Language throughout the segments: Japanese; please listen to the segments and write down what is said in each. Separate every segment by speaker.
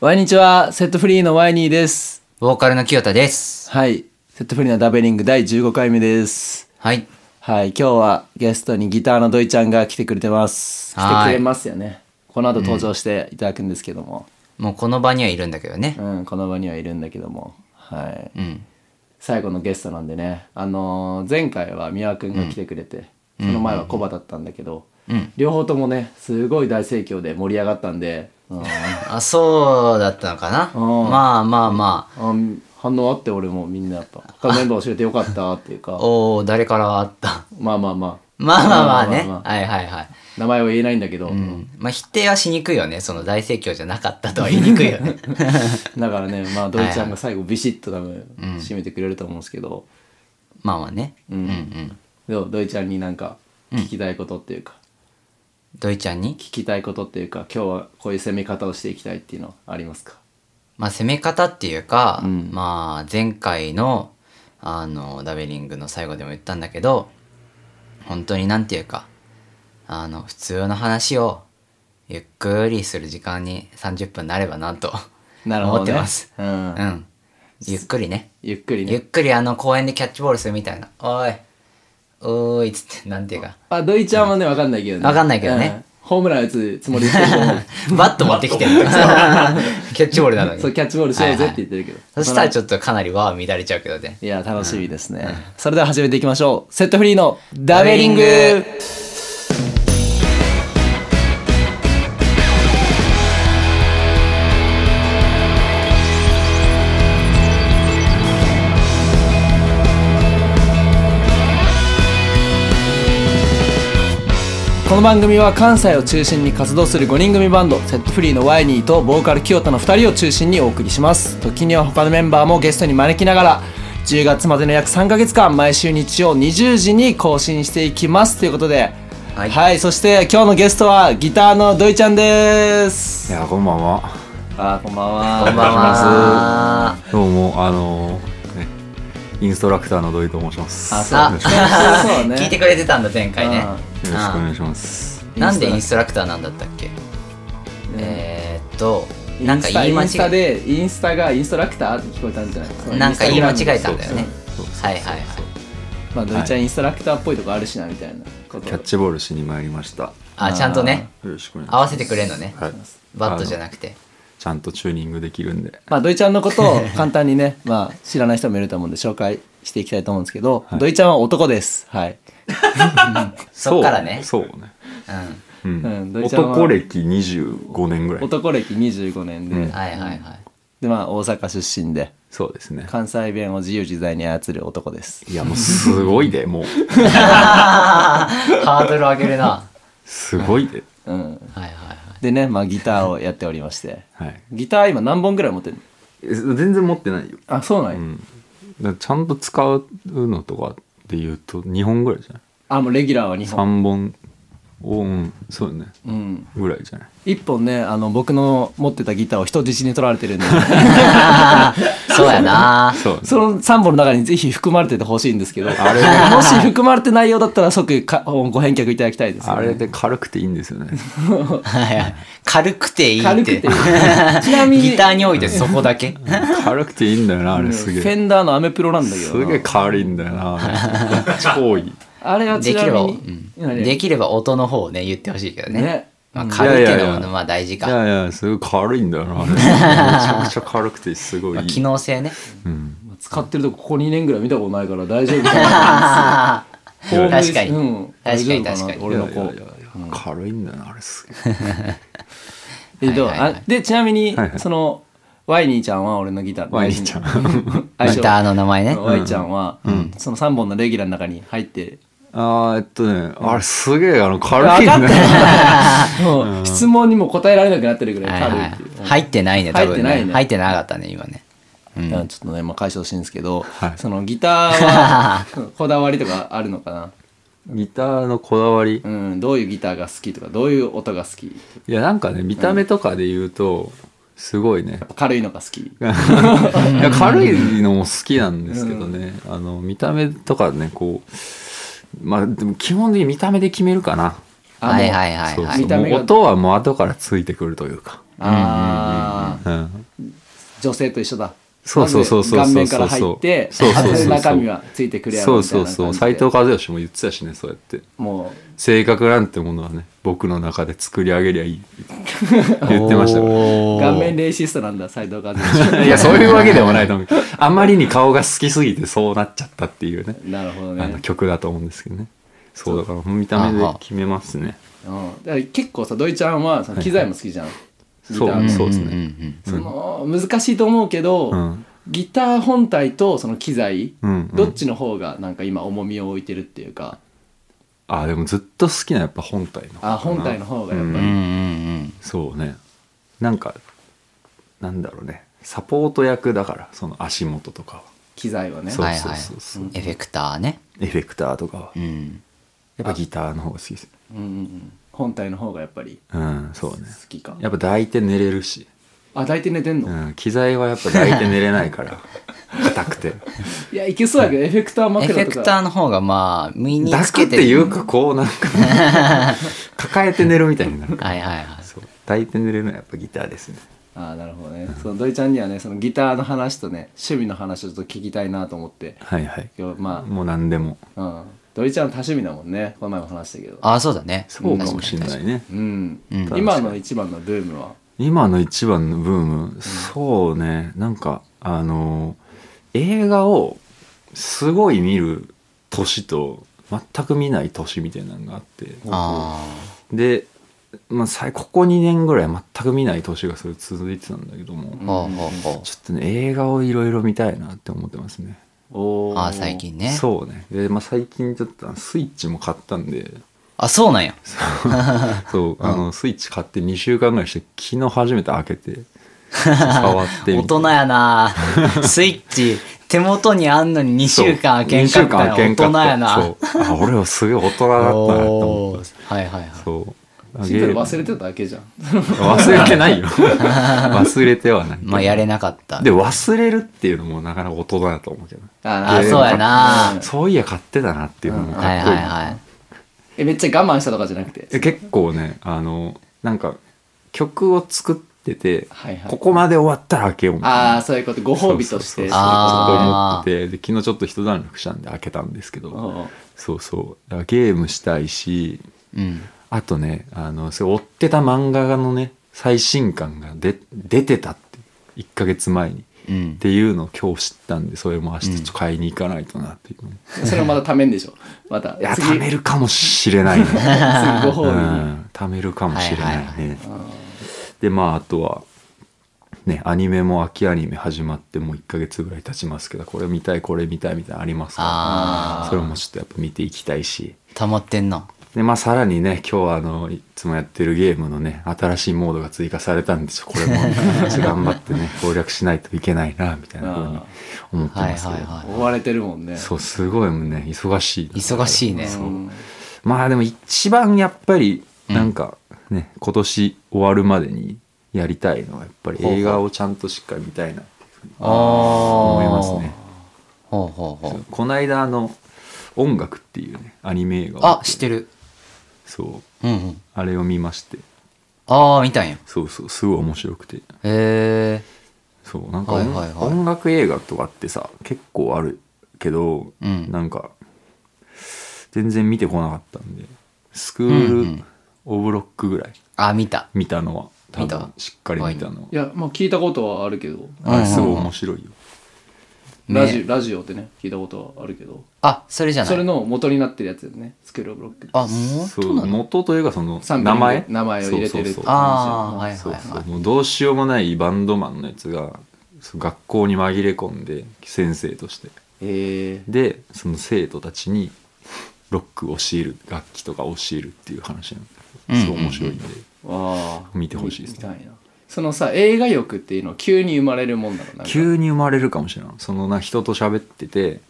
Speaker 1: ワイニチは、セットフリーのワイニーです。
Speaker 2: ボーカルの清田です。
Speaker 1: はい。セットフリーのダベリング第15回目です。
Speaker 2: はい。
Speaker 1: はい。今日はゲストにギターの土井ちゃんが来てくれてます。来
Speaker 2: は
Speaker 1: て
Speaker 2: い
Speaker 1: くれますよね。この後登場していただくんですけども。
Speaker 2: もうこの場にはいるんだけどね
Speaker 1: う。ん、この場にはいるんだけども。はい。
Speaker 2: うん。
Speaker 1: 最後のゲストなんでね。あのー前回は宮輪くんが来てくれて、その前はコバだったんだけど、
Speaker 2: うん。
Speaker 1: 両方ともね、すごい大盛況で盛り上がったんで、 うん
Speaker 2: あ、そうだったのかな。
Speaker 1: うん
Speaker 2: まあまあま
Speaker 1: あ反応あって俺もみんなやっぱ他のメンバー教えてよかったっていう
Speaker 2: あ。
Speaker 1: か
Speaker 2: おお誰からあ った。
Speaker 1: まあまあまあ
Speaker 2: まあまあまあね。
Speaker 1: まあまあま
Speaker 2: はいはいはい。
Speaker 1: 名前は言えないんだけど、
Speaker 2: うん。まあ否定はしにくいよね。その大盛況じゃなかったとは言いにくい よね。
Speaker 1: だからねまあドイちゃんが最後ビシッと多分締めてくれると思うんですけど、
Speaker 2: まあまあね。うんんうん。
Speaker 1: でもドイちゃんになんか聞きたいことっていうか、
Speaker 2: 土井ちゃんに
Speaker 1: 聞きたいことっていうか今日はこういう攻め方をしていきたいっていうのはありますか
Speaker 2: まあ、攻め方っていうか、
Speaker 1: うん
Speaker 2: まあ、前回のあのダベリングの最後でも言ったんだけど本当になんていうかあの普通の話をゆっくりする時間に30分なればなと、
Speaker 1: なるほど、ね、
Speaker 2: 思ってます
Speaker 1: うん
Speaker 2: うん、ゆっくりね
Speaker 1: ゆっくり
Speaker 2: ゆ
Speaker 1: ね
Speaker 2: っくりあの公園でキャッチボールするみたいな「おいおーい」っつってなんていうか
Speaker 1: あドイちゃんはねわかんないけどね
Speaker 2: わかんないけどね
Speaker 1: うんホームラン打つつもりでしてると思う
Speaker 2: バット持ってき てるキャッチボールなのに
Speaker 1: そうキャッチボールしようぜって言ってるけど、
Speaker 2: そしたらちょっとかなり輪は乱れちゃうけどね
Speaker 1: いや、楽しみですね。それでは始めていきましょう。セットフリーのダベ
Speaker 2: ベ
Speaker 1: リ
Speaker 2: リ
Speaker 1: ン
Speaker 2: ン
Speaker 1: グ
Speaker 2: グ
Speaker 1: この番組は関西を中心に活動する5人組バンドセットフリーのワイニーとボーカル清田の2人を中心にお送りします時には他のメンバーもゲストに招きながら10月までの約3ヶ月間毎週日曜20時に更新していきますということでは、
Speaker 2: はいい
Speaker 1: そして今日のゲストはギターのドイちゃんです
Speaker 3: いやこんばんは
Speaker 1: あこんばんは
Speaker 2: こんばんは
Speaker 3: どうもあのねインストラクターの土井と申します
Speaker 1: あそう
Speaker 3: よろしくお願いし
Speaker 1: あそうね
Speaker 2: 聞いてくれてたんだ前回ね
Speaker 3: ますよろしくお願いします
Speaker 1: うん
Speaker 2: なんでインストラクターなんだったっけ
Speaker 1: ね
Speaker 2: えーっと
Speaker 1: イ
Speaker 2: なん
Speaker 1: ン
Speaker 2: か
Speaker 1: スタ
Speaker 2: 言い間
Speaker 1: イ
Speaker 2: 違
Speaker 1: ンスタ
Speaker 2: え
Speaker 1: でインスタがインストラクターって聞こえたんじゃないその
Speaker 2: なんか言い間違えたんだよ
Speaker 1: イン
Speaker 2: ね
Speaker 1: ス
Speaker 3: そうそ
Speaker 2: は
Speaker 3: う
Speaker 2: いはいは
Speaker 1: タ
Speaker 2: い
Speaker 1: グラムまあドイちゃんインストラクターっぽいとこあるしなみたいなこと
Speaker 3: キャッチボールしに参りました
Speaker 2: あちゃんとね
Speaker 3: よろしくお願いします
Speaker 2: 合わせてくれんのね
Speaker 3: はい
Speaker 2: バットじゃなくて
Speaker 3: ちゃんとチューニングできるんで
Speaker 1: まあドイちゃんのことを簡単にねまあ知らない人もいると思うんで紹介していきたいと思うんですけど、
Speaker 3: はい
Speaker 1: ドイちゃんは男ですはい、
Speaker 2: そっからね
Speaker 3: そうそうね
Speaker 2: う
Speaker 3: うん
Speaker 1: うん土井ちゃんは
Speaker 3: 男歴25年ぐらい
Speaker 1: 男歴25年で、
Speaker 3: うん
Speaker 2: んはいはいはい
Speaker 1: でまあ大阪出身で
Speaker 3: そうですね
Speaker 1: 関西弁を自由自在に操る男です
Speaker 3: いやもうすごいでもう
Speaker 2: ハードル上げるなは
Speaker 3: すごいで
Speaker 1: うん
Speaker 2: いはいはい
Speaker 1: でねまあギターをやっておりまして
Speaker 3: はい
Speaker 1: ギター今何本ぐらい持ってるの
Speaker 3: え全然持ってないよ
Speaker 1: あそうなんや、
Speaker 3: うんだからちゃんと使うのとかで言うと2本ぐらいじゃない
Speaker 1: あもうレギュラーは2本
Speaker 3: 3本を、うん、そうね
Speaker 1: うん
Speaker 3: ぐらいじゃない
Speaker 1: 一本ねあの僕の持ってたギターを人質に取られてる んで
Speaker 2: そうやな
Speaker 3: そう
Speaker 1: その3本の中にぜひ含まれててほしいんですけど
Speaker 3: あれ
Speaker 1: もし含まれてないようだったら即かご返却いただきたいですよ
Speaker 3: あ
Speaker 1: ね、
Speaker 3: れで軽くていいんですよね
Speaker 2: はいはい軽くていい
Speaker 1: 軽
Speaker 2: っ
Speaker 1: くてい
Speaker 2: て
Speaker 1: い ちなみに
Speaker 2: ギターにおいてそこだけ
Speaker 3: 軽くていいんだよなあれす
Speaker 1: フ
Speaker 3: げ
Speaker 1: ェ
Speaker 3: え
Speaker 1: ンダーのアメプロなんだけど
Speaker 3: すげえ
Speaker 1: な
Speaker 3: 軽いんだよな あれ超いい
Speaker 1: あれは
Speaker 2: で
Speaker 1: ち
Speaker 2: き
Speaker 1: な
Speaker 2: れば
Speaker 1: みに
Speaker 2: うんで
Speaker 1: き
Speaker 2: きれば音の方をね言ってほしいけどね
Speaker 1: ね
Speaker 2: まあ軽いけ
Speaker 3: いやいやい
Speaker 2: ど
Speaker 3: や
Speaker 2: まあ大事
Speaker 3: い
Speaker 2: か
Speaker 3: やいやすごい軽いんだよなあれめちゃくちゃ軽くてすごい
Speaker 2: まあ
Speaker 3: い
Speaker 2: 機
Speaker 3: い、
Speaker 2: 能性ね
Speaker 3: うん、
Speaker 1: 使ってるとこここ2年ぐらい見たことないから大丈夫か なホーム
Speaker 2: 確かに
Speaker 1: うん、
Speaker 2: 確か
Speaker 1: 大
Speaker 2: に
Speaker 1: 丈夫な
Speaker 2: 確かに
Speaker 1: 俺の子
Speaker 3: いやいやいやいや軽いんだよなあれすげえ
Speaker 1: えどう
Speaker 2: はいはいはい
Speaker 1: あでちなみに、
Speaker 3: はいはい
Speaker 1: そのワイニーちゃんは俺のギター
Speaker 3: ワインちゃん
Speaker 1: 愛
Speaker 2: ギ
Speaker 1: 称
Speaker 2: ターの名前ね
Speaker 1: ワイちゃんは、その3本のレギュラーの中に入って
Speaker 3: あーえっとねあれすげえあの軽い
Speaker 1: 分
Speaker 3: ん
Speaker 1: かっ
Speaker 3: だよ
Speaker 1: たよもう質問にも答えられなくなってるぐら
Speaker 2: はいい
Speaker 1: 軽
Speaker 2: はいい
Speaker 1: っていう、
Speaker 2: 入ってないね多分
Speaker 1: 入ってないね
Speaker 2: ね入ってなかったね今ね
Speaker 1: だからちょっとね、まあ、解消してるんですけど、
Speaker 3: はい
Speaker 1: そのギターはこだわりとかあるのかな、
Speaker 3: ギターのこだわり
Speaker 1: うん、どういうギターが好きとかどういう音が好き
Speaker 3: いやなんかね見た目とかで言うとすごいね
Speaker 1: 軽いのが好き
Speaker 3: いや軽いのも好きなんですけどね、あの見た目とかねこうまあでも基本的に見た目で決めるかな、
Speaker 1: あの
Speaker 2: はいはいはい
Speaker 3: そう
Speaker 2: は
Speaker 3: そう
Speaker 2: い
Speaker 1: 見た目が
Speaker 3: もう音はもう後からついてくるというか、
Speaker 1: あ
Speaker 3: うん、
Speaker 1: 女性と一緒だ
Speaker 3: そうそうそうそう
Speaker 1: 顔
Speaker 3: そう
Speaker 1: 面
Speaker 3: そ
Speaker 1: か
Speaker 3: う
Speaker 1: ら入って
Speaker 3: そうそうそうそう
Speaker 1: 中身はついてくれや
Speaker 3: そ
Speaker 1: ろ
Speaker 3: うそうそう斎藤和義も言ってたしねそうやって
Speaker 1: も
Speaker 3: 性格なんてものはね僕の中で作り上げりゃいいって言ってましたから
Speaker 1: う
Speaker 4: おー
Speaker 1: 顔面レイシストなんだ斎藤和義
Speaker 3: いや、そういうわけでもないと思う。あまりに顔が好きすぎてそうなっちゃったっていうね、
Speaker 1: なるほど
Speaker 3: あの
Speaker 1: ね、
Speaker 3: 曲だと思うんですけどね。そうだから、見た目で決めますね。
Speaker 1: うん、だから結構さ土井ちゃんはその機材も好きじゃん、ギタ
Speaker 3: そう
Speaker 1: ーの
Speaker 3: そうです
Speaker 2: んん
Speaker 3: ね。
Speaker 2: ん
Speaker 1: その難しいと思うけど、
Speaker 3: うん。
Speaker 1: ギター本体とその機材、
Speaker 3: うん、
Speaker 1: どっちの方がなんか今重みを置いてるっていうか
Speaker 3: あ、でもずっと好きなやっぱ本体の方かな。
Speaker 1: あ本体の方がやっぱ
Speaker 2: うんう
Speaker 1: り、
Speaker 2: んうん
Speaker 3: そうね。なんか、なんだろうね。サポート役だから、その足元とかは。
Speaker 1: 機材はね
Speaker 2: う
Speaker 3: そ
Speaker 2: ん
Speaker 3: う
Speaker 2: はい
Speaker 3: そう
Speaker 2: はい
Speaker 3: そうそう。
Speaker 2: エフェクターね
Speaker 3: エフェクターとかは。
Speaker 2: うん
Speaker 3: やっぱギターの方が好きです。
Speaker 1: うんうんうん、本体の方がやっぱり
Speaker 3: うん、そう
Speaker 1: 好
Speaker 3: ね。
Speaker 1: きか、
Speaker 3: やっぱ抱いて寝れるし。
Speaker 1: あ抱いて寝てんの、
Speaker 3: うん、機材はやっぱ抱いて寝れない から。硬くて。
Speaker 1: いやいけそうやけどエフェクター
Speaker 2: エフ
Speaker 1: 枕
Speaker 2: ェ
Speaker 1: とか
Speaker 2: クターの方がまあ身に
Speaker 3: 抱
Speaker 2: つけ
Speaker 3: くってていうかこうなんか 抱えて寝るみたいになるから
Speaker 2: はいはいはい
Speaker 3: そう抱いて寝れるのはやっぱギターですね
Speaker 1: あーなるほどねその土井ちゃんにはねそのギターの話とね趣味の話をちょっと聞きたいなと思って
Speaker 3: はいはい
Speaker 1: 今日ま
Speaker 3: もう何でも
Speaker 1: あ、うん、土井ちゃん多趣味だもんねこの前も話したけど
Speaker 2: ああそうだね
Speaker 3: そうかもしれないね
Speaker 1: うん、
Speaker 2: うん
Speaker 1: 今の一番のブームは
Speaker 3: 今の一番のブームそうねなんかあの映画をすごい見る年と全く見ない年みたいなのがあって
Speaker 2: あ
Speaker 3: で、まあ、さいここ2年ぐらい全く見ない年がそれ続いてたんだけども、
Speaker 2: あほうほうほ
Speaker 3: ちょっとね映画をいろいろ見たいなって思ってますね
Speaker 1: お
Speaker 2: う
Speaker 1: ー
Speaker 2: ああ最近ね
Speaker 3: そうねで、まあ、最近ちょっとあのスイッチも買ったんで
Speaker 2: あそうなんや
Speaker 3: そう、あのスイッチ買って2週間ぐらいして昨日初めて開けて触って
Speaker 2: 大
Speaker 3: みて
Speaker 2: 人やな スイッチ手元にあんのに2週間開けんかったら大人やな
Speaker 3: そうあ俺はすごい大人だったなと思っ
Speaker 2: お
Speaker 3: て
Speaker 2: ーはいはいはい
Speaker 3: そう
Speaker 1: シンプルに忘れてただけじゃん
Speaker 3: 忘れてないよ忘れてはない
Speaker 2: まあやれなかった
Speaker 3: で忘れるっていうのもなかなか大人だと思うけど
Speaker 1: あ
Speaker 2: あ
Speaker 1: ー
Speaker 2: そうやな
Speaker 3: そういや買ってたなっていうのもかっこ
Speaker 2: はい
Speaker 3: い
Speaker 2: い
Speaker 3: な
Speaker 2: はいはい
Speaker 1: えめっちゃ我慢したとかじゃなくて
Speaker 3: え結構ねあのなんか曲を作ってて、
Speaker 1: はいはい
Speaker 3: ここまで終わったら開けようみたいな
Speaker 1: ああそういうことご褒美とし
Speaker 3: そうそうそう
Speaker 1: て
Speaker 2: あー
Speaker 3: そうそう思っててで昨日ちょっと一段落したんで開けたんですけど、
Speaker 1: おうおう
Speaker 3: そうそうだからゲームしたいし
Speaker 2: うん
Speaker 3: あとねあのそれ追ってた漫画のね最新刊がで出てたって1ヶ月前に。
Speaker 2: うん
Speaker 3: っていうのを今日知ったんでそれも明日ちょっと買いに行かないとなっていうの、
Speaker 1: それをまた貯めんでしょまた
Speaker 3: いや
Speaker 1: 次
Speaker 3: 貯めるかもしれない ね、
Speaker 1: 次ご
Speaker 3: う
Speaker 1: 褒美に
Speaker 3: ん、貯めるかもしれないね、
Speaker 2: はいはい
Speaker 3: でまああとはねアニメも秋アニメ始まってもう1ヶ月ぐらい経ちますけどこれ見たいこれ見たいみたいなのありますから
Speaker 2: あー
Speaker 3: それもちょっとやっぱ見ていきたいし
Speaker 2: 溜まってんな
Speaker 3: でまあさらにね今日はあのいつもやってるゲームのね新しいモードが追加されたんでちょっ とこれもちょっと頑張ってね攻略しないといけないなみたいなふうに思って
Speaker 2: はいはい
Speaker 3: ますけど、
Speaker 1: 追
Speaker 2: は
Speaker 1: われてるもんね
Speaker 3: そうすごいもうね忙しい
Speaker 2: い忙しいね
Speaker 1: う
Speaker 2: そ
Speaker 1: ん
Speaker 3: まあでも一番やっぱりなんかね、今年終わるまでにやりたいのはやっぱり映画をちゃんとしっかり見たいなっていうふうに思いますね。
Speaker 2: ほうほうほう
Speaker 3: この間あの「音楽」っていうねアニメ映画を
Speaker 2: あ知ってる
Speaker 3: そう
Speaker 2: うんうん
Speaker 3: あれを見まして
Speaker 2: ああ見たんや
Speaker 3: そうそうすごい面白くて
Speaker 2: へえ
Speaker 3: そうなんか、
Speaker 2: はいはいはい
Speaker 3: 音楽映画とかってさ結構あるけど、
Speaker 2: うん
Speaker 3: なんか全然見てこなかったんでスクー
Speaker 2: うんう
Speaker 3: ル
Speaker 2: ん・
Speaker 3: オブロックぐらい
Speaker 2: あ見た
Speaker 3: 見たのは多
Speaker 2: 見
Speaker 3: 分
Speaker 2: た
Speaker 3: しっかり見たのはい
Speaker 1: やまあ聞いたことはあるけど
Speaker 3: あれすごい面白いよ。
Speaker 2: ね
Speaker 1: ラジラジオってね聞いたことはあるけど
Speaker 2: あそれじゃない
Speaker 1: それの元になってるやつだよねスクールオブロック
Speaker 2: あもう
Speaker 3: そう元というかその
Speaker 1: サンプリング
Speaker 3: 名前
Speaker 1: 名前を入れてる
Speaker 3: そうそうそう
Speaker 2: ああはい
Speaker 3: そ
Speaker 2: は
Speaker 3: う
Speaker 2: い
Speaker 3: そう
Speaker 2: は
Speaker 3: もうどうしようもないバンドマンのやつがそう学校に紛れ込んで先生として
Speaker 1: ええ
Speaker 3: でその生徒たちにロックを教える楽器とか教えるっていう話なん
Speaker 2: うんうん
Speaker 3: で
Speaker 2: うん
Speaker 3: すごい面白いんで、
Speaker 1: ああ
Speaker 3: 見てほしいです
Speaker 1: みたいなそのさ映画欲っていうのは急に生まれるもんだろうな
Speaker 3: 急に生まれるかもしれないそのな人と喋ってて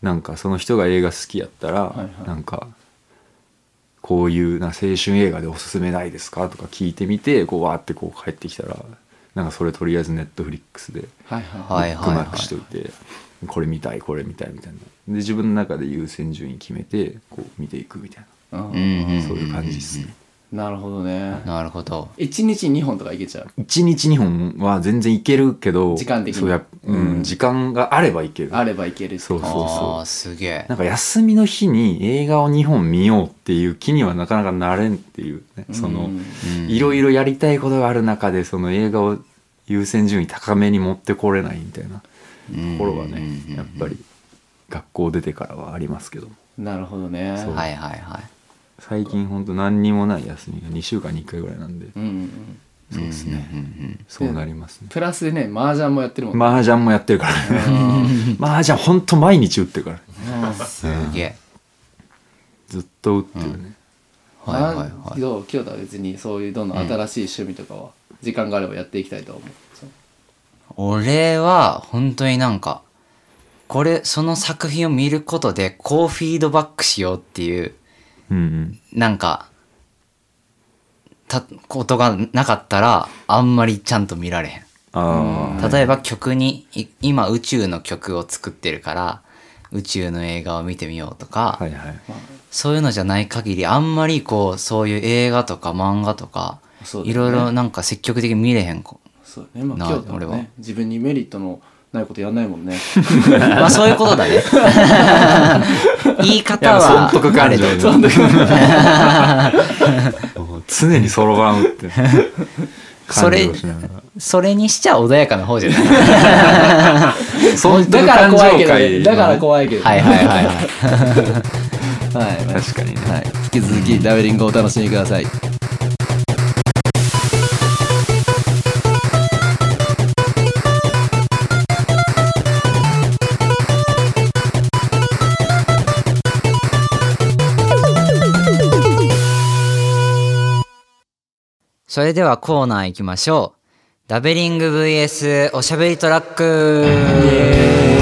Speaker 3: なんかその人が映画好きやったら、
Speaker 1: いはい
Speaker 3: なんかこういうな青春映画でおすすめないですかとか聞いてみてこうわーってこう帰ってきたらなんかそれとりあえずネットフリックスで
Speaker 1: はいはい
Speaker 2: はい
Speaker 3: ブックマークしといて、これ見たいこれ見たいみたいなで自分の中で優先順位決めてこう見ていくみたい
Speaker 1: うん
Speaker 2: うんうんうん
Speaker 3: な、
Speaker 2: うん
Speaker 3: そういう感じですね、
Speaker 1: なるほどね
Speaker 2: なるほど
Speaker 1: 1日2本とかいけちゃう
Speaker 3: 1日2本は全然いけるけど
Speaker 1: 時間的に
Speaker 3: そうや、うん
Speaker 1: うん
Speaker 3: 時間があればいける
Speaker 1: あればいける
Speaker 3: そうそう
Speaker 2: あ
Speaker 3: そ
Speaker 2: ーすげえ
Speaker 3: うなんか休みの日に映画を2本見ようっていう気にはなかなかなれんっていうねその、
Speaker 1: うん
Speaker 2: うん
Speaker 3: いろいろやりたいことがある中でその映画を優先順位高めに持ってこれないみたいなところがねやっぱり学校出てからはありますけども
Speaker 1: なるほどね
Speaker 3: そう
Speaker 2: はいはいはい
Speaker 3: 最近ほんと何にもない休みが2週間に1回ぐらいなんで
Speaker 1: うんうんうん
Speaker 3: そうですね
Speaker 2: んうん
Speaker 3: そうなりますね
Speaker 1: プラスでね麻雀もやってるもんね
Speaker 3: 麻雀もやってるからね
Speaker 1: うん
Speaker 3: 麻雀ほんと毎日打ってるから
Speaker 2: すげえ
Speaker 3: ずっと打ってるね
Speaker 2: はいはいはい
Speaker 1: どう清田は別にそういうどんどん新しい趣味とかは時間があればやっていきたいとは思うそう
Speaker 2: 俺は本当になんかこれその作品を見ることでこうフィードバックしようっていう
Speaker 3: うんうん
Speaker 2: なんかたことがなかったらあんまりちゃんと見られへん
Speaker 3: ああ
Speaker 2: 例えば曲にい今宇宙の曲を作ってるから宇宙の映画を見てみようとか、
Speaker 3: はいはい
Speaker 2: そういうのじゃない限りあんまりこうそういう映画とか漫画とか
Speaker 1: そうだよね
Speaker 2: いろいろなんか積極的に見れへんこ
Speaker 1: そうねまあ
Speaker 2: な
Speaker 1: 清田も
Speaker 2: 俺は
Speaker 1: ね自分にメリットのないことやんないもんね
Speaker 2: まあそういうことだね 言い
Speaker 3: いや
Speaker 2: 方
Speaker 3: もう
Speaker 2: は
Speaker 3: 損得
Speaker 2: あ
Speaker 3: 感
Speaker 2: れ
Speaker 3: 情
Speaker 2: だ
Speaker 3: ねもう 常にそろばん打って
Speaker 2: それ
Speaker 3: 感情しながら
Speaker 2: それにしちゃ穏やかな方じゃないは
Speaker 3: 損得
Speaker 1: だから
Speaker 3: 感情
Speaker 1: 怖いけ
Speaker 3: 会
Speaker 1: どねだから
Speaker 3: い
Speaker 1: 怖いけど
Speaker 2: いはいはいはい
Speaker 1: はい
Speaker 3: 確かにね
Speaker 1: はい、引き続きダベリングをお楽しみください。
Speaker 2: それではコーナー行きましょうダベリング VS おしゃべりトラック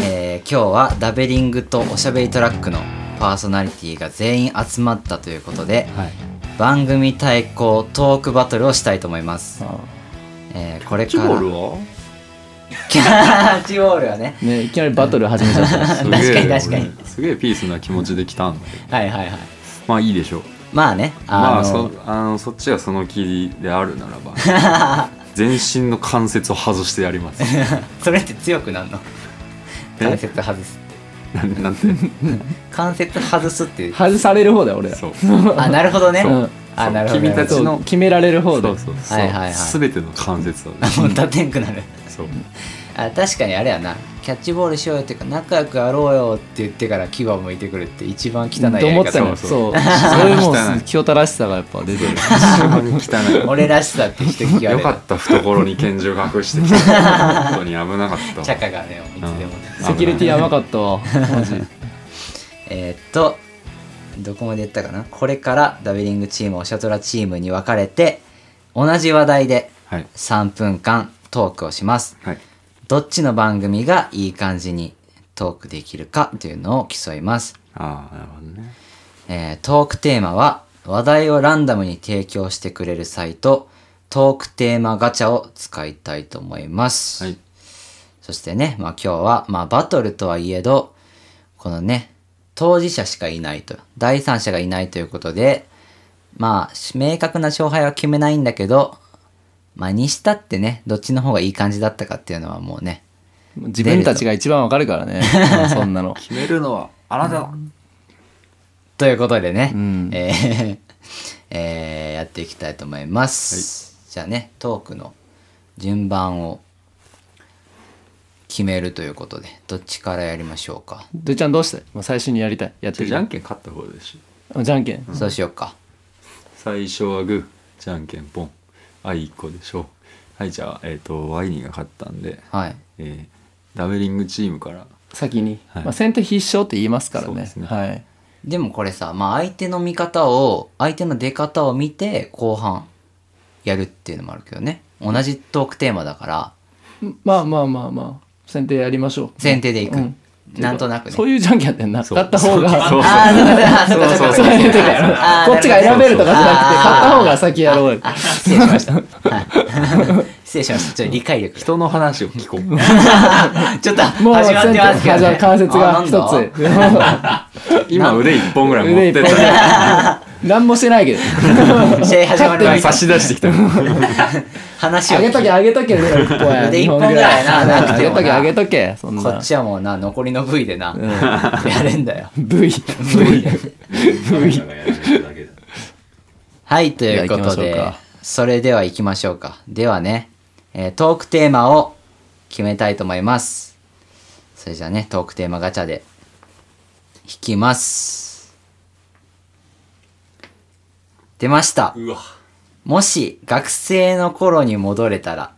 Speaker 2: えー今日はダベリングとおしゃべりトラックのパーソナリティが全員集まったということで
Speaker 3: はい
Speaker 2: 番組対抗トークバトルをしたいと思います、えーこれから
Speaker 3: は
Speaker 2: キャッチボールはね
Speaker 1: ね、いきなりバトル始めちゃった。
Speaker 3: すげえ
Speaker 2: 確かに確かに
Speaker 3: 俺すげえピースな気持ちで来たんだけど
Speaker 2: はいはいはい
Speaker 3: まあいいでしょう
Speaker 2: まあね
Speaker 3: ま
Speaker 2: あ
Speaker 3: あ
Speaker 2: の、
Speaker 3: そあのそっちがその気であるな らば全身の関節を外してやります
Speaker 2: それって強くなるの
Speaker 3: え
Speaker 2: 関節外す
Speaker 3: なんなんて
Speaker 2: 関節外す っていう
Speaker 1: 外される方だよ、俺ら。
Speaker 3: そう
Speaker 2: あなるほどね
Speaker 1: そう
Speaker 2: あなるほど
Speaker 3: 君たち
Speaker 1: そ
Speaker 3: の
Speaker 1: う決められる方
Speaker 3: そ
Speaker 1: だ
Speaker 3: う。そうそう、
Speaker 2: はいはいはい
Speaker 3: 全ての関節をね
Speaker 2: もう 立てんくなる
Speaker 3: そう
Speaker 2: あ確かにあれやなキャッチボールしようよっていうか仲良くやろうよって言ってから牙を向いてくるって一番汚いや
Speaker 1: と思っ
Speaker 2: り
Speaker 1: てた
Speaker 2: 方
Speaker 1: の
Speaker 2: を
Speaker 1: よ
Speaker 3: そ
Speaker 1: そうう
Speaker 3: そ
Speaker 1: そうういうも
Speaker 3: 汚いう
Speaker 1: 清田らしさがやっぱ出 てる
Speaker 3: 非常に汚
Speaker 2: 俺らしさって指摘
Speaker 3: い
Speaker 2: があ
Speaker 3: よ
Speaker 2: れ
Speaker 3: か
Speaker 2: ば
Speaker 3: った懐に拳銃隠してきた本当に危なかったわ
Speaker 2: チャカがねいつでもね
Speaker 3: うん
Speaker 1: セキュリティ甘かったわマジ
Speaker 2: えーっとどこまで言ったかなこれからダベリングチームオシャトラチームに分かれて同じ話題で
Speaker 3: はい
Speaker 2: 3分間トークをします
Speaker 3: はい
Speaker 2: どっちの番組がいい感じにトークできるかというのを競います、
Speaker 3: ああなるほどね
Speaker 2: えートークテーマは話題をランダムに提供してくれるサイトトークテーマガチャを使いたいと思います、
Speaker 3: はい
Speaker 2: そしてね、まあ、今日は、まあ、バトルとはいえどこのね当事者しかいないと第三者がいないということでまあし明確な勝敗は決めないんだけどまあにしたってねどっちの方がいい感じだったかっていうのはもうね
Speaker 1: 自分たちが一番わかるからねそんなの
Speaker 3: 決めるのはあなただ
Speaker 2: ということでね、
Speaker 1: うん
Speaker 2: えー えーやっていきたいと思います、じゃあねトークの順番を決めるということでどっちからやりましょうか、
Speaker 1: どいちゃんどうしてもう最初にやりたいやって
Speaker 3: じ
Speaker 1: る
Speaker 3: ゃあじゃんけん勝った方でしょ
Speaker 1: じゃんけん
Speaker 2: そうしようか
Speaker 3: 最初はグーじゃんけんポンあい1個でしょはいじゃあえっ、とワイニーが勝ったんで、
Speaker 2: はい
Speaker 3: えーダベリングチームから
Speaker 1: 先に
Speaker 3: はい
Speaker 1: まあ先手必勝って言いますから
Speaker 3: そうで
Speaker 1: ね
Speaker 3: すね
Speaker 1: はい
Speaker 2: でもこれさ、まあ、相手の見方を相手の出方を見て後半やるっていうのもあるけどね同じトークテーマだから
Speaker 1: まあまあまあまあ先手やりましょう
Speaker 2: 先手でいく、
Speaker 1: うん
Speaker 2: なんとなくね
Speaker 1: そういうじゃんけんやってんな
Speaker 3: そう
Speaker 1: 買った方が
Speaker 3: そう
Speaker 2: ああ そうだ
Speaker 3: そ
Speaker 2: そうそう
Speaker 3: うそ
Speaker 2: う
Speaker 1: そういう
Speaker 2: そ
Speaker 1: と
Speaker 2: う
Speaker 1: かやろ
Speaker 2: あー
Speaker 1: こっちが選べるとかじゃなくて買った方が
Speaker 2: な
Speaker 1: 先やろうよ
Speaker 2: るほどあーあー 失礼しました失礼しましたちょっと理解 力
Speaker 3: 人の話を聞こう
Speaker 2: ちょっと始
Speaker 1: もう
Speaker 2: まってますけど、ね、
Speaker 1: 関節
Speaker 2: あ
Speaker 1: が
Speaker 2: なんだ
Speaker 1: 一つ
Speaker 3: 今腕一本ぐらい
Speaker 1: 腕
Speaker 3: 持
Speaker 1: い
Speaker 3: っ
Speaker 1: ってぱい
Speaker 3: た
Speaker 1: 何もしてない けど
Speaker 2: 試合始 まる前に
Speaker 3: 差し出してきた
Speaker 2: 話を
Speaker 1: あげとけあげとけ腕一本や
Speaker 2: 腕一本ぐらいななく
Speaker 1: あ
Speaker 2: て
Speaker 1: げ
Speaker 2: も
Speaker 1: とけ
Speaker 2: な
Speaker 1: あげとけそん
Speaker 2: こ
Speaker 1: な
Speaker 2: っちはもうな残りの部位でな、やれんだよ
Speaker 1: V V
Speaker 2: はいというこ
Speaker 1: じ
Speaker 2: と
Speaker 1: ゃあ行きましょう
Speaker 2: で
Speaker 1: か
Speaker 2: それでは行きましょうかではね、えートークテーマを決めたいと思いますそれじゃあねトークテーマガチャで引きます出ました
Speaker 3: うわ
Speaker 2: もし学生の頃に戻れたら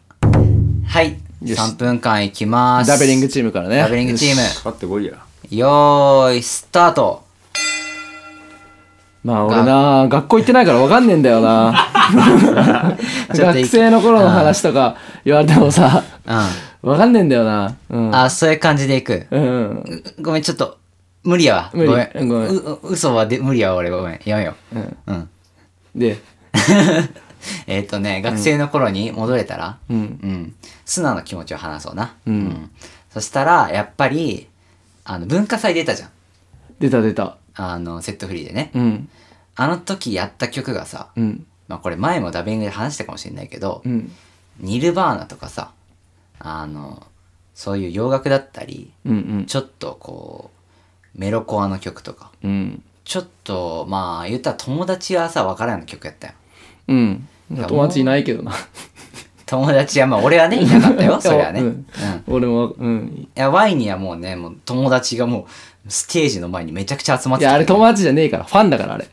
Speaker 2: はい
Speaker 1: よし
Speaker 2: 3分間いきます
Speaker 1: ダベリングチームからね
Speaker 2: ダベリングチーム
Speaker 3: 勝ってこいや
Speaker 2: よーいスタート
Speaker 1: まあ俺な学校行ってないから分かんねえんだよな
Speaker 2: ちょっとい
Speaker 1: 学生の頃の話とか言われてもさ
Speaker 2: うん
Speaker 1: 分かんねえんだよなうん
Speaker 2: あそういう感じでいく
Speaker 1: うん
Speaker 2: うごめんちょっと無理やわ
Speaker 1: 無理
Speaker 2: ごめん
Speaker 1: ごめん
Speaker 2: うう嘘はで無理やわ俺ごめんやめよ
Speaker 1: う
Speaker 2: う
Speaker 1: ん
Speaker 2: うん
Speaker 1: で
Speaker 2: えっ、とね学生の頃に戻れたら
Speaker 1: う
Speaker 2: うん
Speaker 1: ん、
Speaker 2: 素直な気持ちを話そうな
Speaker 1: うん
Speaker 2: そしたらやっぱりあの文化祭出たじゃん
Speaker 1: 出た出た
Speaker 2: あのセットフリーでね、
Speaker 1: うん
Speaker 2: あの時やった曲がさ、
Speaker 1: うん
Speaker 2: まあ、これ前もダビングで話したかもしれないけど、
Speaker 1: うん
Speaker 2: ニルバーナとかさあのそういう洋楽だったり
Speaker 1: うんうん
Speaker 2: ちょっとこうメロコアの曲とか
Speaker 1: うん
Speaker 2: ちょっとまあ言ったら友達はさ分からんような曲やったよ
Speaker 1: うん
Speaker 2: や
Speaker 1: 友達いないけどな
Speaker 2: 友達はまあ俺はねいなかったよそりゃ ね、
Speaker 1: う
Speaker 2: うんんい
Speaker 1: 俺もうん
Speaker 2: やワイにはもうねもう友達がもうステージの前にめちゃくちゃ集まっ
Speaker 1: い
Speaker 2: てた
Speaker 1: やあれ友達じゃねえからファンだからあれ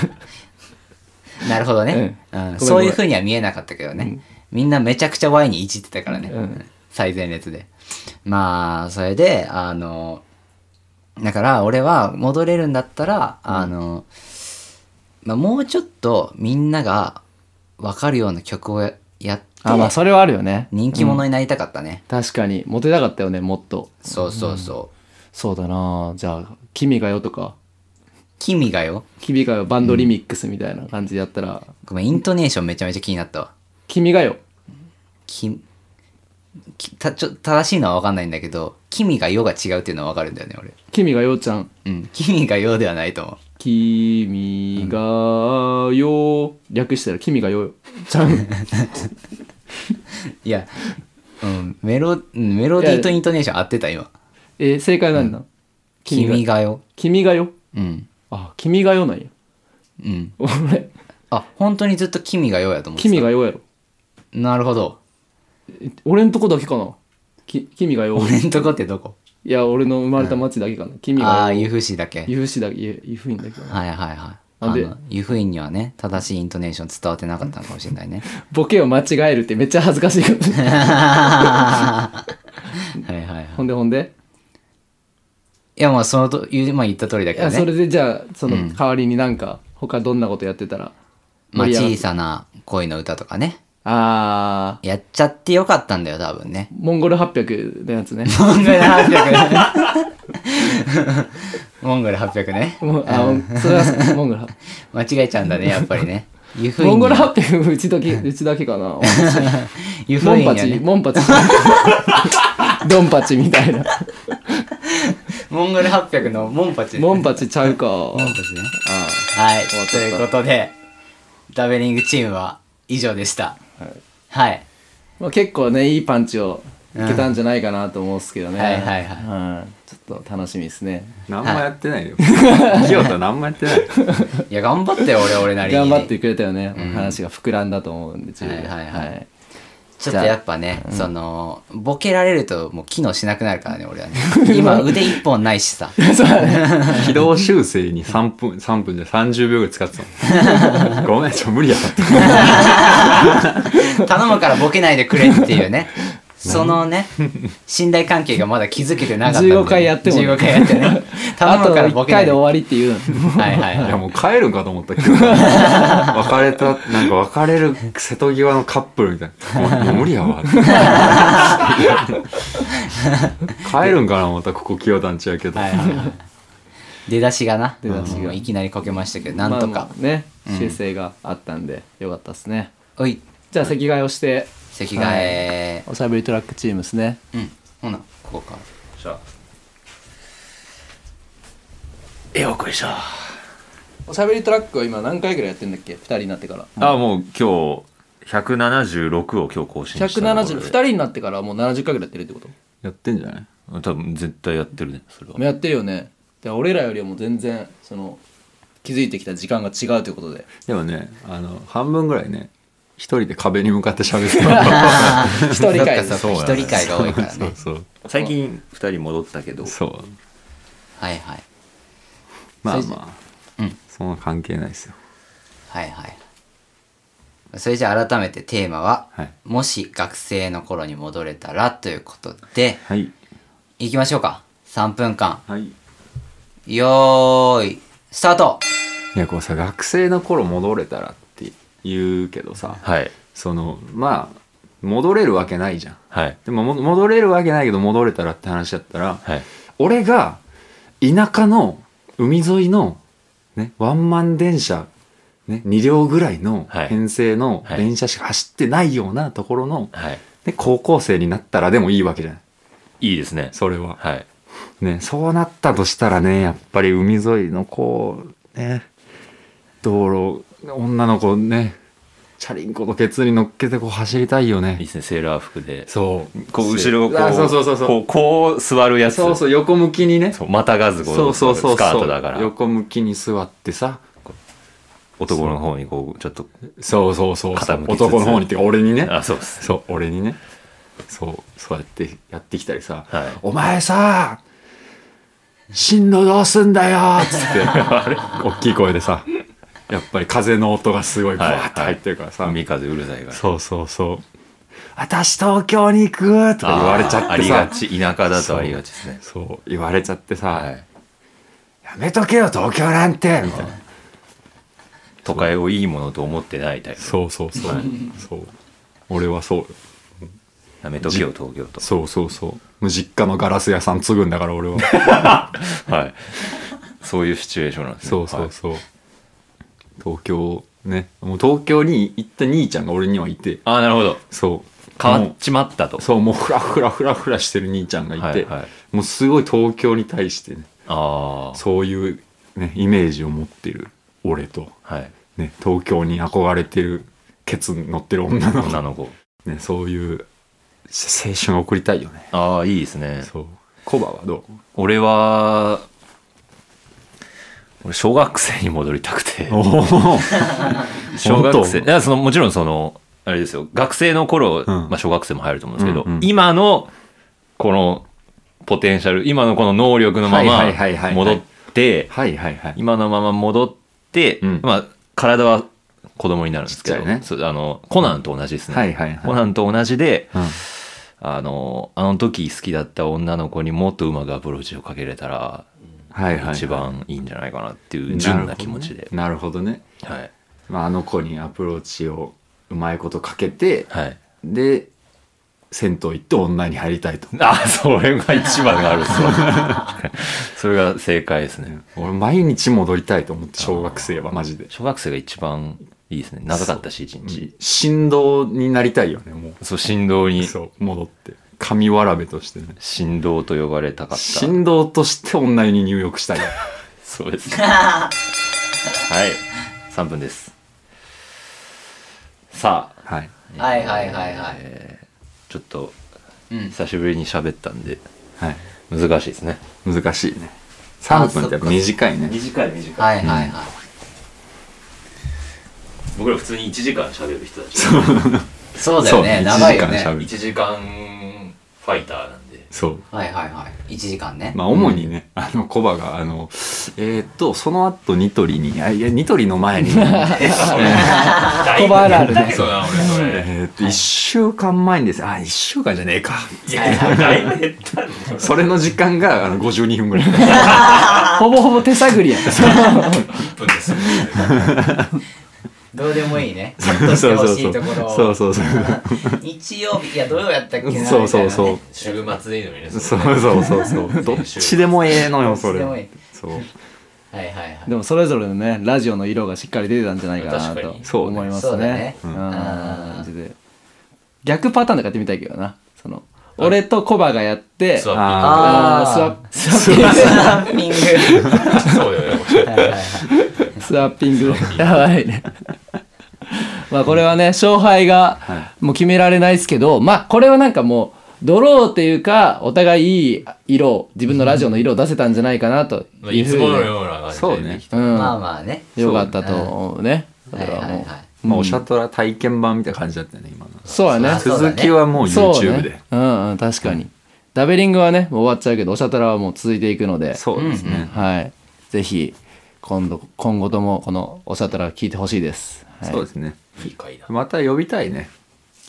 Speaker 2: なるほどね、
Speaker 1: う
Speaker 2: うんん
Speaker 1: ごめん
Speaker 2: そういうふうには見えなかったけどね、みんなめちゃくちゃ Y にいじってたからね、
Speaker 1: うん
Speaker 2: 最前列でまあそれであのだから俺は戻れるんだったら、あの、まあ、もうちょっとみんなが分かるような曲をやって
Speaker 1: あまあそれはあるよね
Speaker 2: 人気者になりたかったね、
Speaker 1: 確かにモテたかったよねもっと
Speaker 2: そうそうそう
Speaker 1: そうだなじゃあ「君が代」とか
Speaker 2: 「君がよ
Speaker 1: 「君が代」バンドリミックスみたいな感じでやったら
Speaker 2: ごめんイントネーションめちゃめちゃ気になったわ
Speaker 1: 「君が代
Speaker 2: ききたちょ正しいのは分かんないんだけど「君がよ」が違うっていうのは分かるんだよね俺」
Speaker 1: 「君が代ちゃん」
Speaker 2: うん「君がよ」ではないと思う
Speaker 1: 「君が代」略したら「君が代ちゃん」
Speaker 2: いや、うん、メロうんメロディーとイントネーション合ってた今
Speaker 1: えー正解は何なの
Speaker 2: 「君がよ」
Speaker 1: 君が代
Speaker 2: うん
Speaker 1: あ君が代なんや
Speaker 2: うん
Speaker 1: 俺
Speaker 2: あ本当にずっと「君がよ」やと思って
Speaker 1: 君
Speaker 2: た
Speaker 1: が代やろ
Speaker 2: なるほど
Speaker 1: え俺んとこだけかなき君が代
Speaker 2: 俺んとこってどこ
Speaker 1: いや俺の生まれた町だけかな君
Speaker 2: あ
Speaker 1: が
Speaker 2: あ
Speaker 1: 代
Speaker 2: 由布市だけ
Speaker 1: 由布市だけ由由布院だけど
Speaker 2: はいはいはいあ
Speaker 1: なんで
Speaker 2: の湯布院にはね正しいイントネーション伝わってなかったのかもしれな いね
Speaker 1: ボケを間違えるってめっちゃ恥ずかしいこと
Speaker 2: はいはいはい
Speaker 1: ほんでほんで
Speaker 2: いやまあそのと言うまあ言った通りだ
Speaker 1: い
Speaker 2: けど
Speaker 1: やそれ
Speaker 2: ね
Speaker 1: でじゃあその
Speaker 2: うん
Speaker 1: 代わりになんか他どんなことやってたら
Speaker 2: ま
Speaker 1: 盛
Speaker 2: あ
Speaker 1: り上が
Speaker 2: 小
Speaker 1: る
Speaker 2: さな恋の歌とかね
Speaker 1: あー
Speaker 2: やっちゃってよかったんだよ多分ね
Speaker 1: モンゴル800のやつね
Speaker 2: モンゴル800モンゴル800ね
Speaker 1: もうあそれはモンゴル800
Speaker 2: 間違えちゃうんだねやっぱりね湯布院
Speaker 1: モンゴル
Speaker 2: に は
Speaker 1: 800うちだけうちだけかな
Speaker 2: 湯布
Speaker 1: モン
Speaker 2: 院
Speaker 1: パ
Speaker 2: や
Speaker 1: チ
Speaker 2: ね
Speaker 1: モンパチドンパチみたい な
Speaker 2: モンゴル800のモンパチ
Speaker 1: モン
Speaker 2: パ
Speaker 1: パチちゃうか
Speaker 2: モンパチね
Speaker 1: あ
Speaker 2: はい
Speaker 1: 終わっち
Speaker 2: と
Speaker 1: ゃった
Speaker 2: いうことでダベリングチームは以上でしたはい
Speaker 1: ーまあ結構ねいいパンチをいけたんじゃないかなと思うんですけどね、
Speaker 2: はいはいはい
Speaker 1: はいちょっと楽しみですね
Speaker 3: 何もやってないよ清田何もやってない
Speaker 2: いや頑張ったよ俺俺なりに
Speaker 1: 頑張ってくれたよね、話が膨らんだと思うんで十分
Speaker 2: はいはいはい
Speaker 1: はい
Speaker 2: ちょっとやっぱね、そのボケられるともう機能しなくなるからね俺はね今腕一本ないしさ
Speaker 3: 軌道修正に3分3分で30秒ぐらい使ってたのごめんちょ無理やっ た
Speaker 2: 頼むからボケないでくれっていうねそのね信頼関係がまだ築けてなかったんで
Speaker 1: 15回やってもね
Speaker 2: 15回やってね
Speaker 1: あ
Speaker 2: 頼む
Speaker 1: と
Speaker 2: からボ
Speaker 1: 1
Speaker 2: ケな
Speaker 1: 回で
Speaker 2: いで
Speaker 1: 終わりっていうの
Speaker 2: はいはい
Speaker 3: い
Speaker 2: は
Speaker 3: や
Speaker 2: い
Speaker 3: もう帰るんかと思ったけど別れたなんか別れる瀬戸際のカップルみたいなもうもう無理やわって帰るんかなまたここ清田んちやけど、
Speaker 2: 出だしがな
Speaker 1: 出だしが
Speaker 2: うんいきなりこけましたけど なんと
Speaker 1: まあ
Speaker 2: か
Speaker 1: まあね
Speaker 2: うん
Speaker 1: 修正があったんで、よかったですね
Speaker 2: おい
Speaker 1: じゃあ席替えをして
Speaker 2: 席替え
Speaker 1: おしゃべりトラックチームですね
Speaker 2: うんほなここか
Speaker 3: よこいしょ
Speaker 1: おしゃべりトラックは今何回ぐらいやってんだっけ2人になってから
Speaker 3: あもう今日176を今日更新した
Speaker 1: 170 2
Speaker 3: 2
Speaker 1: 人になってからもう70回ぐらいやってるってこと
Speaker 3: やってんじゃない多分絶対やってるねそれは
Speaker 1: やってるよねで俺らよりも全然その気づいてきた時間が違うということで
Speaker 3: でもねあの半分ぐらいね一人で壁に向かって喋って た
Speaker 1: 一人会
Speaker 2: そうか一人会が多いからね
Speaker 3: そうそう
Speaker 4: 最近2人戻ったけど
Speaker 3: そう
Speaker 2: はいはい
Speaker 3: まあま
Speaker 2: う
Speaker 3: あ、
Speaker 2: ん
Speaker 3: そんな関係ないですよ
Speaker 2: はいはいそれじゃあ改めてテーマは、
Speaker 3: はい
Speaker 2: もし学生の頃に戻れたらということで
Speaker 3: はい
Speaker 2: いきましょうか3分間
Speaker 3: はい
Speaker 2: よーいスタート
Speaker 3: いやこうさ学生の頃戻れたらって言うけどさ
Speaker 4: はい
Speaker 3: そのまあ戻れるわけないじゃん
Speaker 4: はい
Speaker 3: でもも戻れるわけないけど戻れたらって話だったら、
Speaker 4: はい
Speaker 3: 俺が田舎の海沿いの、ね、ワンマン電車、ね、2両ぐらいの
Speaker 4: はい
Speaker 3: 編成の
Speaker 4: はい
Speaker 3: 電車しか走ってないようなところの、
Speaker 4: はい
Speaker 3: ね、高校生になったらでもいいわけじゃない
Speaker 4: いいですね
Speaker 3: それは、
Speaker 4: はい
Speaker 3: ね、そうなったとしたらねやっぱり海沿いのこうね道路女の子ねチャリンコのケツに乗っけてこう走りたいよ
Speaker 4: いい
Speaker 3: ね
Speaker 4: ですねセーラー服で
Speaker 3: そう
Speaker 4: こう後ろをこ
Speaker 3: あ
Speaker 4: う
Speaker 3: そうそうそうそう
Speaker 4: こうこう座るやつ
Speaker 3: そうそう横向きにね
Speaker 4: そうまたがずこ
Speaker 3: そうそうそうそう
Speaker 4: スカートだから
Speaker 3: 横向きに座ってさ
Speaker 4: 男の方にこうちょっと
Speaker 3: そうそうそうそう
Speaker 4: 傾きつつ
Speaker 3: 男の方にっていうか俺にね
Speaker 4: あそうです
Speaker 3: そう俺にねそうそうやってやってきたりさ「
Speaker 4: はい
Speaker 3: お前さ進路どうすんだよ」っつって 大きい声でさやっぱり風の音がすごいバーって入ってるからさ、
Speaker 4: 海風うるさいから
Speaker 3: そうそうそう「私東京に行く」とか言われちゃってさ
Speaker 4: あーありがち田舎だとありがちですね
Speaker 3: そう言われちゃってさ、
Speaker 4: はい
Speaker 3: やめとけよ東京なんてみたいな
Speaker 4: 都会をいいものと思ってないタイプ
Speaker 3: そうそうそうそう俺はそうよ
Speaker 4: やめとけよ東京と
Speaker 3: そうそうそうもう実家のガラス屋さん継ぐんだから俺は
Speaker 4: はいそういうシチュエーションなんですね
Speaker 3: そうそうそう、東京ねもう東京に行った兄ちゃんが俺にはいて
Speaker 4: はいあーなるほど
Speaker 3: そう
Speaker 4: 変わ
Speaker 3: も
Speaker 4: っちまったと
Speaker 3: うそうもうフラフラフラフラしてる兄ちゃんがいて、
Speaker 4: はいはい
Speaker 3: もうすごい東京に対してね
Speaker 4: ああ
Speaker 3: そういう、ね、イメージを持ってる俺と、
Speaker 4: はい
Speaker 3: ね、東京に憧れてるケツ乗ってる女の子
Speaker 4: 女の子
Speaker 3: ね、そういう青春を送りたいよね
Speaker 4: ああいいですね
Speaker 3: そうコバはど
Speaker 4: 俺は俺小学生に戻りたくて
Speaker 3: うお
Speaker 4: 小学生
Speaker 3: 本
Speaker 4: いやそのもちろんそのあれですよ学生の頃、まあ、小学生も入ると思うんですけど、
Speaker 3: うんうん
Speaker 4: 今のこのポテンシャル今のこの能力のま
Speaker 3: は
Speaker 4: ま
Speaker 3: いはいはいはいはい
Speaker 4: 戻って
Speaker 3: はいはいはい
Speaker 4: 今のまま戻って、
Speaker 3: うん
Speaker 4: まあ、体は子供になるんですけ
Speaker 3: ちっ
Speaker 4: ど、
Speaker 3: ちゃいね
Speaker 4: そうあのコナンと同じですね、
Speaker 3: はいはいはい
Speaker 4: コナンと同じで
Speaker 3: うん
Speaker 4: あのあの時好きだった女の子にもっとうまくアプローチをかけれたら
Speaker 3: はいはいはい
Speaker 4: 一番いいんじゃないかなっていう純な気持ちで、
Speaker 3: なるほどねなるほどね
Speaker 4: はい
Speaker 3: まあ、あの子にアプローチをうまいことかけて
Speaker 4: はい
Speaker 3: で銭湯行って女に入りたいと
Speaker 4: あそれが一番があるっすわ それが正解ですね
Speaker 3: 俺毎日戻りたいと思って小学生はマジで
Speaker 4: 小学生が一番いいですね長かったし一日
Speaker 3: 振動になりたいよねも
Speaker 4: そう振動
Speaker 3: う
Speaker 4: に
Speaker 3: そう戻って神わらべとしてね
Speaker 4: 振動と呼ばれたかった
Speaker 3: 振動として女に入浴したい
Speaker 4: そうです はい3分ですさあ
Speaker 3: はい
Speaker 2: はいはいはいはい、
Speaker 4: ちょっと
Speaker 2: うん
Speaker 4: 久しぶりに喋ったんで
Speaker 3: はい
Speaker 4: 難しいですね
Speaker 3: 難しいね3分ってやっぱ短いね
Speaker 4: 短い短
Speaker 2: はいはいはい、
Speaker 4: 僕ら普通に1時間喋る人たち
Speaker 2: そうだよね
Speaker 3: そう
Speaker 2: 長いよ
Speaker 3: 一時間喋
Speaker 2: ね
Speaker 3: る
Speaker 4: 1時間ファイターなんで
Speaker 3: そう
Speaker 2: はいはいはい1時間ね、
Speaker 3: まあ主にね、あのコバがあのえーっとその後ニトリにあいやニトリの前に
Speaker 1: 小腹あるね
Speaker 4: そうな俺それ
Speaker 3: えーっと1週間前にですあ1週間じゃねえか
Speaker 4: いやだいぶ減ったんで
Speaker 3: それの時間があの52分ぐらい
Speaker 1: ほぼほぼ手探りやん
Speaker 4: 1分です
Speaker 2: どうでもいい ねカットしてほしいところを
Speaker 3: そうそうそう
Speaker 2: 日曜日いや土曜やったっけなみたいな、ね、
Speaker 3: そうそうそう
Speaker 4: 週末でいい のにね
Speaker 3: そうそうそうそうどっちでもええのよそれ
Speaker 2: どっちでもいい
Speaker 3: そう
Speaker 2: はいはい はい
Speaker 1: でもそれぞれのねラジオの色がしっかり出てたんじゃないかな
Speaker 4: 確か
Speaker 1: と
Speaker 4: に
Speaker 3: そうね
Speaker 1: 思います
Speaker 2: そうだね
Speaker 1: ね。
Speaker 2: う
Speaker 1: うんん
Speaker 2: あー
Speaker 1: マジで逆パターンとかやってみたいけどなその俺とコバがやって
Speaker 4: スワ
Speaker 3: あ
Speaker 1: あー
Speaker 2: あ
Speaker 1: スワスワッピング
Speaker 2: スワッピング
Speaker 4: ピングそうだよね
Speaker 2: はいはいはい
Speaker 1: スワッピングやばいねまあこれはね勝敗がもう決められないですけどまあこれはなんかもうドローっていうかお互いいい色を自分のラジオの色を出せたんじゃないかなと
Speaker 4: まあ
Speaker 1: い
Speaker 4: いう
Speaker 1: ふ
Speaker 4: つ
Speaker 1: う
Speaker 4: もの
Speaker 1: に
Speaker 4: ような
Speaker 3: そ
Speaker 4: 感
Speaker 3: う
Speaker 4: じでで
Speaker 3: ね
Speaker 4: きた
Speaker 1: うん
Speaker 2: まあまあね
Speaker 1: よかったと思うねだから
Speaker 2: はいはい
Speaker 1: も
Speaker 2: は
Speaker 1: う
Speaker 2: い
Speaker 3: まあおしゃとら体験版みたいな感じだったよね今の
Speaker 1: そうやね
Speaker 2: あそうだね
Speaker 3: 続きはもう
Speaker 1: そう
Speaker 3: YouTube で
Speaker 1: ね、うんうん確かに、ダベリングはねもう終わっちゃうけどおしゃたらはもう続いていくので
Speaker 3: そうですね
Speaker 1: はいぜひ今度今後ともこのおしゃたら聞いてほしいです、はい、
Speaker 3: そうですね
Speaker 4: いい回だ
Speaker 3: また呼びたいね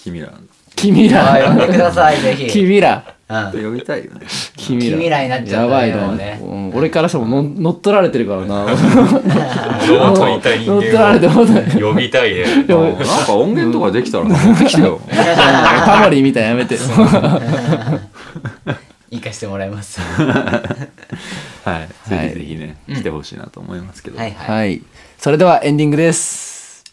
Speaker 3: 君ら
Speaker 1: 君
Speaker 2: はい
Speaker 1: ら
Speaker 2: 呼んでくださいぜ ひ
Speaker 1: 君ら
Speaker 2: うん
Speaker 3: 呼びたいよね
Speaker 1: 君ら
Speaker 2: 君らになっちゃ
Speaker 1: や
Speaker 2: う
Speaker 1: ば
Speaker 2: ね
Speaker 1: いな、
Speaker 2: もうね
Speaker 1: うん俺からしてもの乗っ取られてるから な
Speaker 4: ロボットいたい人
Speaker 1: 乗っ取られて
Speaker 4: 間
Speaker 1: もない
Speaker 4: を呼びたいね
Speaker 3: なんか音源とかできたら持ってき てよ
Speaker 1: タモリみたいなやめて
Speaker 2: 行かしてもらいます
Speaker 3: はいぜ
Speaker 1: はい
Speaker 3: ひぜひね来てほしいなと思いますけど
Speaker 2: はいはい
Speaker 1: はいそれではエンディングです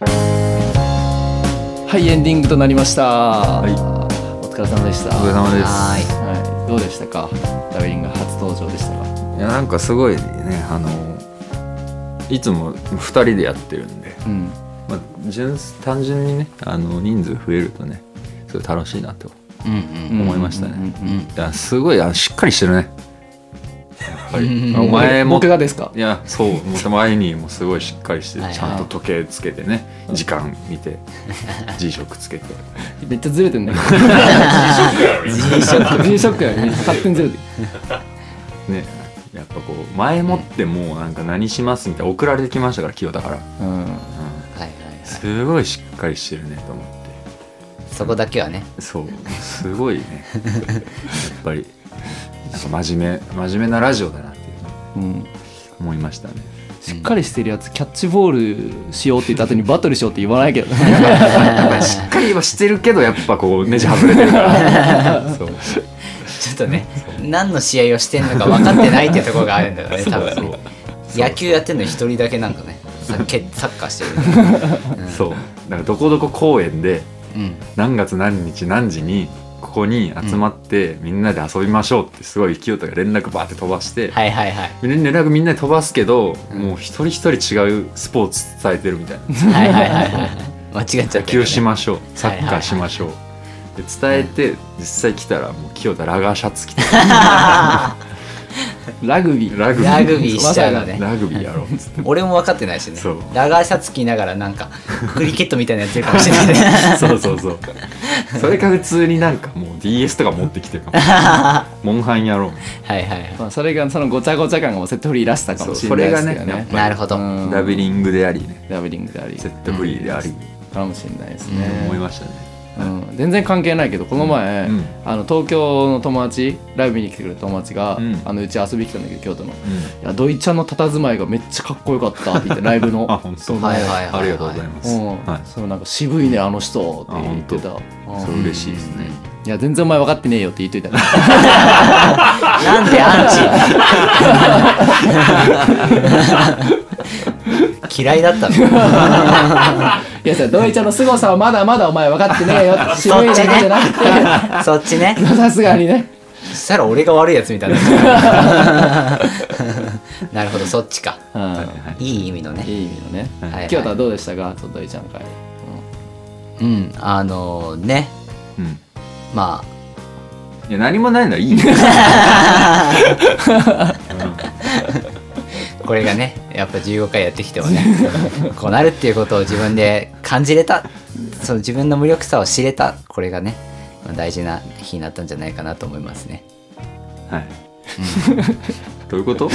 Speaker 1: はいエンディングとなりました、
Speaker 3: い
Speaker 1: お疲れ様でした
Speaker 3: お疲れ様です
Speaker 2: はい
Speaker 1: はい、どうでしたかダベリング初登場でしたか
Speaker 3: いやなんかすごいねあのいつも2人でやってるんで、
Speaker 1: うん
Speaker 3: まあ、純単純にねあの人数増えるとねすごい楽しいなと
Speaker 2: うんうん
Speaker 3: 思いましたね
Speaker 1: うん
Speaker 2: うん
Speaker 3: いやすごいあしっかりしてるね
Speaker 2: うん
Speaker 3: お前も
Speaker 1: 僕がですか
Speaker 3: いやそうもう前にもすごいしっかりして
Speaker 2: はいはい
Speaker 3: ちゃんと時計つけてね時間見て時食つけて
Speaker 1: めっちゃずれて んだけ
Speaker 2: 自
Speaker 1: ど G ショックやね勝手にずれてる
Speaker 3: ねやっぱこう前もってもうなんか何しますみたいな送られてきましたから清田から、うん
Speaker 1: うん
Speaker 2: はいはいはい
Speaker 3: すごいしっかりしてるねと思って。
Speaker 2: そこだけ はね
Speaker 3: そうすごいねやっぱりなんか真面目真面目なラジオだなっていうの
Speaker 1: う
Speaker 3: を
Speaker 1: ん
Speaker 3: 思いましたね
Speaker 1: しっかりしてるやつキャッチボールしようって言った後にバトルしようって言わないけどね
Speaker 3: しっかりはしてるけどやっぱこうネジ外れてるから そう
Speaker 2: ちょっとね何の試合をしてんのか分かってないってところがあるんだよね多分ね野球やってんの一人だけなんかねサ ッケサッカーしてる
Speaker 3: そうだからどこどこ公園で
Speaker 2: うん
Speaker 3: 何月何日何時にここに集まって、みんなで遊びましょうってすごい清田が連絡バーって飛ばして、
Speaker 2: はいはいはい
Speaker 3: 連絡みんなで飛ばすけど、
Speaker 2: うん
Speaker 3: もう一人一人違うスポーツ伝えてるみたい な
Speaker 2: はいはいはい はい間違っちゃった
Speaker 3: 野球しましょうサ
Speaker 2: はいはい
Speaker 3: ッカーしましょう、で伝えて実際来たらもう清田ラガーシャツ 着て
Speaker 1: ラグビー
Speaker 3: ラグビー
Speaker 2: ラグビーしちゃうのね
Speaker 3: ラグビーやろうっつって
Speaker 2: 俺も分かってないしね
Speaker 3: そう
Speaker 2: ラガーシャツ着ながらなんかクリケットみたいなやつやるかもしれないね
Speaker 3: そうそうそうそれか普通になんかもう DS とか持ってきてるかも モンハンやろうみたい
Speaker 2: はいはいはい
Speaker 1: まあそれがそのごちゃごちゃ感がもうセットフリーらしさかもしれないですけど
Speaker 3: そうそれがねや
Speaker 1: ね
Speaker 3: っぱ
Speaker 2: なるほ
Speaker 1: う
Speaker 2: ど、
Speaker 1: ん
Speaker 3: なラベリングでありね
Speaker 1: ダベリングであり
Speaker 3: セットフリーであり、
Speaker 1: かもしれないです
Speaker 3: と思い
Speaker 1: ね、
Speaker 3: ましたね
Speaker 1: うん、全然関係ないけどこの前、
Speaker 3: うん
Speaker 1: あの東京の友達ライブに来てくれた友達が、
Speaker 3: うん
Speaker 1: あのうち遊びに来たんだけど京都のいやドイちゃんの佇まいがめっちゃかっこよかったって言ってライブの
Speaker 3: あ本
Speaker 1: そ
Speaker 3: 当
Speaker 1: う
Speaker 2: はいはいはい
Speaker 3: ありがとうございます、
Speaker 1: うん
Speaker 3: はい
Speaker 1: そのなんか渋いねあの人って言ってた
Speaker 3: あ
Speaker 1: うん
Speaker 3: そう嬉しいですね、
Speaker 1: いや全然お前分かってねえよって言っといたから
Speaker 2: なんでアンチ嫌いだったの
Speaker 1: いやさドイちゃんの凄さをまだまだお前分かってねえよ って渋いだ
Speaker 2: そっ
Speaker 1: け
Speaker 2: ち
Speaker 1: じゃなく て
Speaker 2: ねそっちね
Speaker 1: さすがに ね
Speaker 2: そしたら俺が悪いやつみたいになっちゃうなるほどそっちか
Speaker 1: うん
Speaker 2: いい意味のね
Speaker 1: いい意味のね
Speaker 2: はいはい
Speaker 1: 京都はどうでしたかちょっとドイちゃんの会
Speaker 2: うんあのね
Speaker 3: うん
Speaker 2: ま
Speaker 3: いや何もないのはいいね
Speaker 2: あこれがねやっぱ15回やってきてもねこうなるっていうことを自分で感じれたその自分の無力さを知れたこれがねまあ大事な日になったんじゃないかなと思いますね
Speaker 3: はいどういうこ と
Speaker 1: い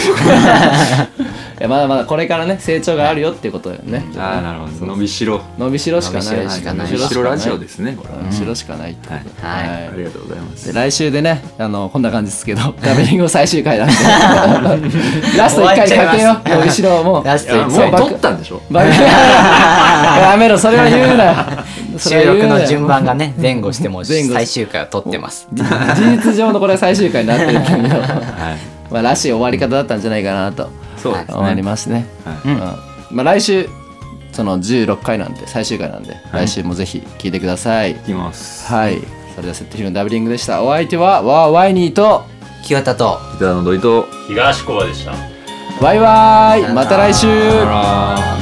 Speaker 1: やまだまだこれからね成長があるよっていうことだよね、
Speaker 3: ああなるほど伸びしろ
Speaker 1: 伸びしろしかない
Speaker 2: 伸びしろしかない
Speaker 3: 伸びしろラジオ
Speaker 1: で
Speaker 3: ですねこれは
Speaker 1: 伸びしろしかないってこと
Speaker 3: はい
Speaker 2: はい、
Speaker 1: はい
Speaker 3: ありがとうございます
Speaker 1: で来週でねあのこんな感じですけど ダベリング最終回なんで ラスト1回にかけよう
Speaker 2: 終わっちゃいます
Speaker 1: 伸びしろをもう
Speaker 2: ラス
Speaker 3: い
Speaker 2: ト
Speaker 3: や
Speaker 2: 一回
Speaker 1: バ
Speaker 3: も
Speaker 1: ッ
Speaker 3: う
Speaker 1: ク
Speaker 3: 撮ったんでしょ
Speaker 1: バカやめろそれは言う なそ
Speaker 2: 収
Speaker 1: れは言
Speaker 2: 録
Speaker 1: うな
Speaker 2: の順番 がね前後しても
Speaker 1: 前後
Speaker 2: 最終回は撮ってます
Speaker 1: 事実上のこれは最終回になってるんだ けど
Speaker 3: はい
Speaker 1: まあらしい終わり方だったんじゃないかなと
Speaker 3: そうですね
Speaker 1: 思いますね、
Speaker 3: は
Speaker 1: うんまあ、来週その16回なんで最終回なんで、来週もぜひ聞いてください
Speaker 3: いいきます
Speaker 1: はいそれではセットフィルのダブリングでしたお相手はワーワイニーと
Speaker 2: 清田と
Speaker 3: ギターの土井と
Speaker 4: 東小でした
Speaker 1: バイバ
Speaker 2: さ
Speaker 1: イ
Speaker 2: よ
Speaker 1: ま
Speaker 2: なら
Speaker 1: た来週
Speaker 3: あら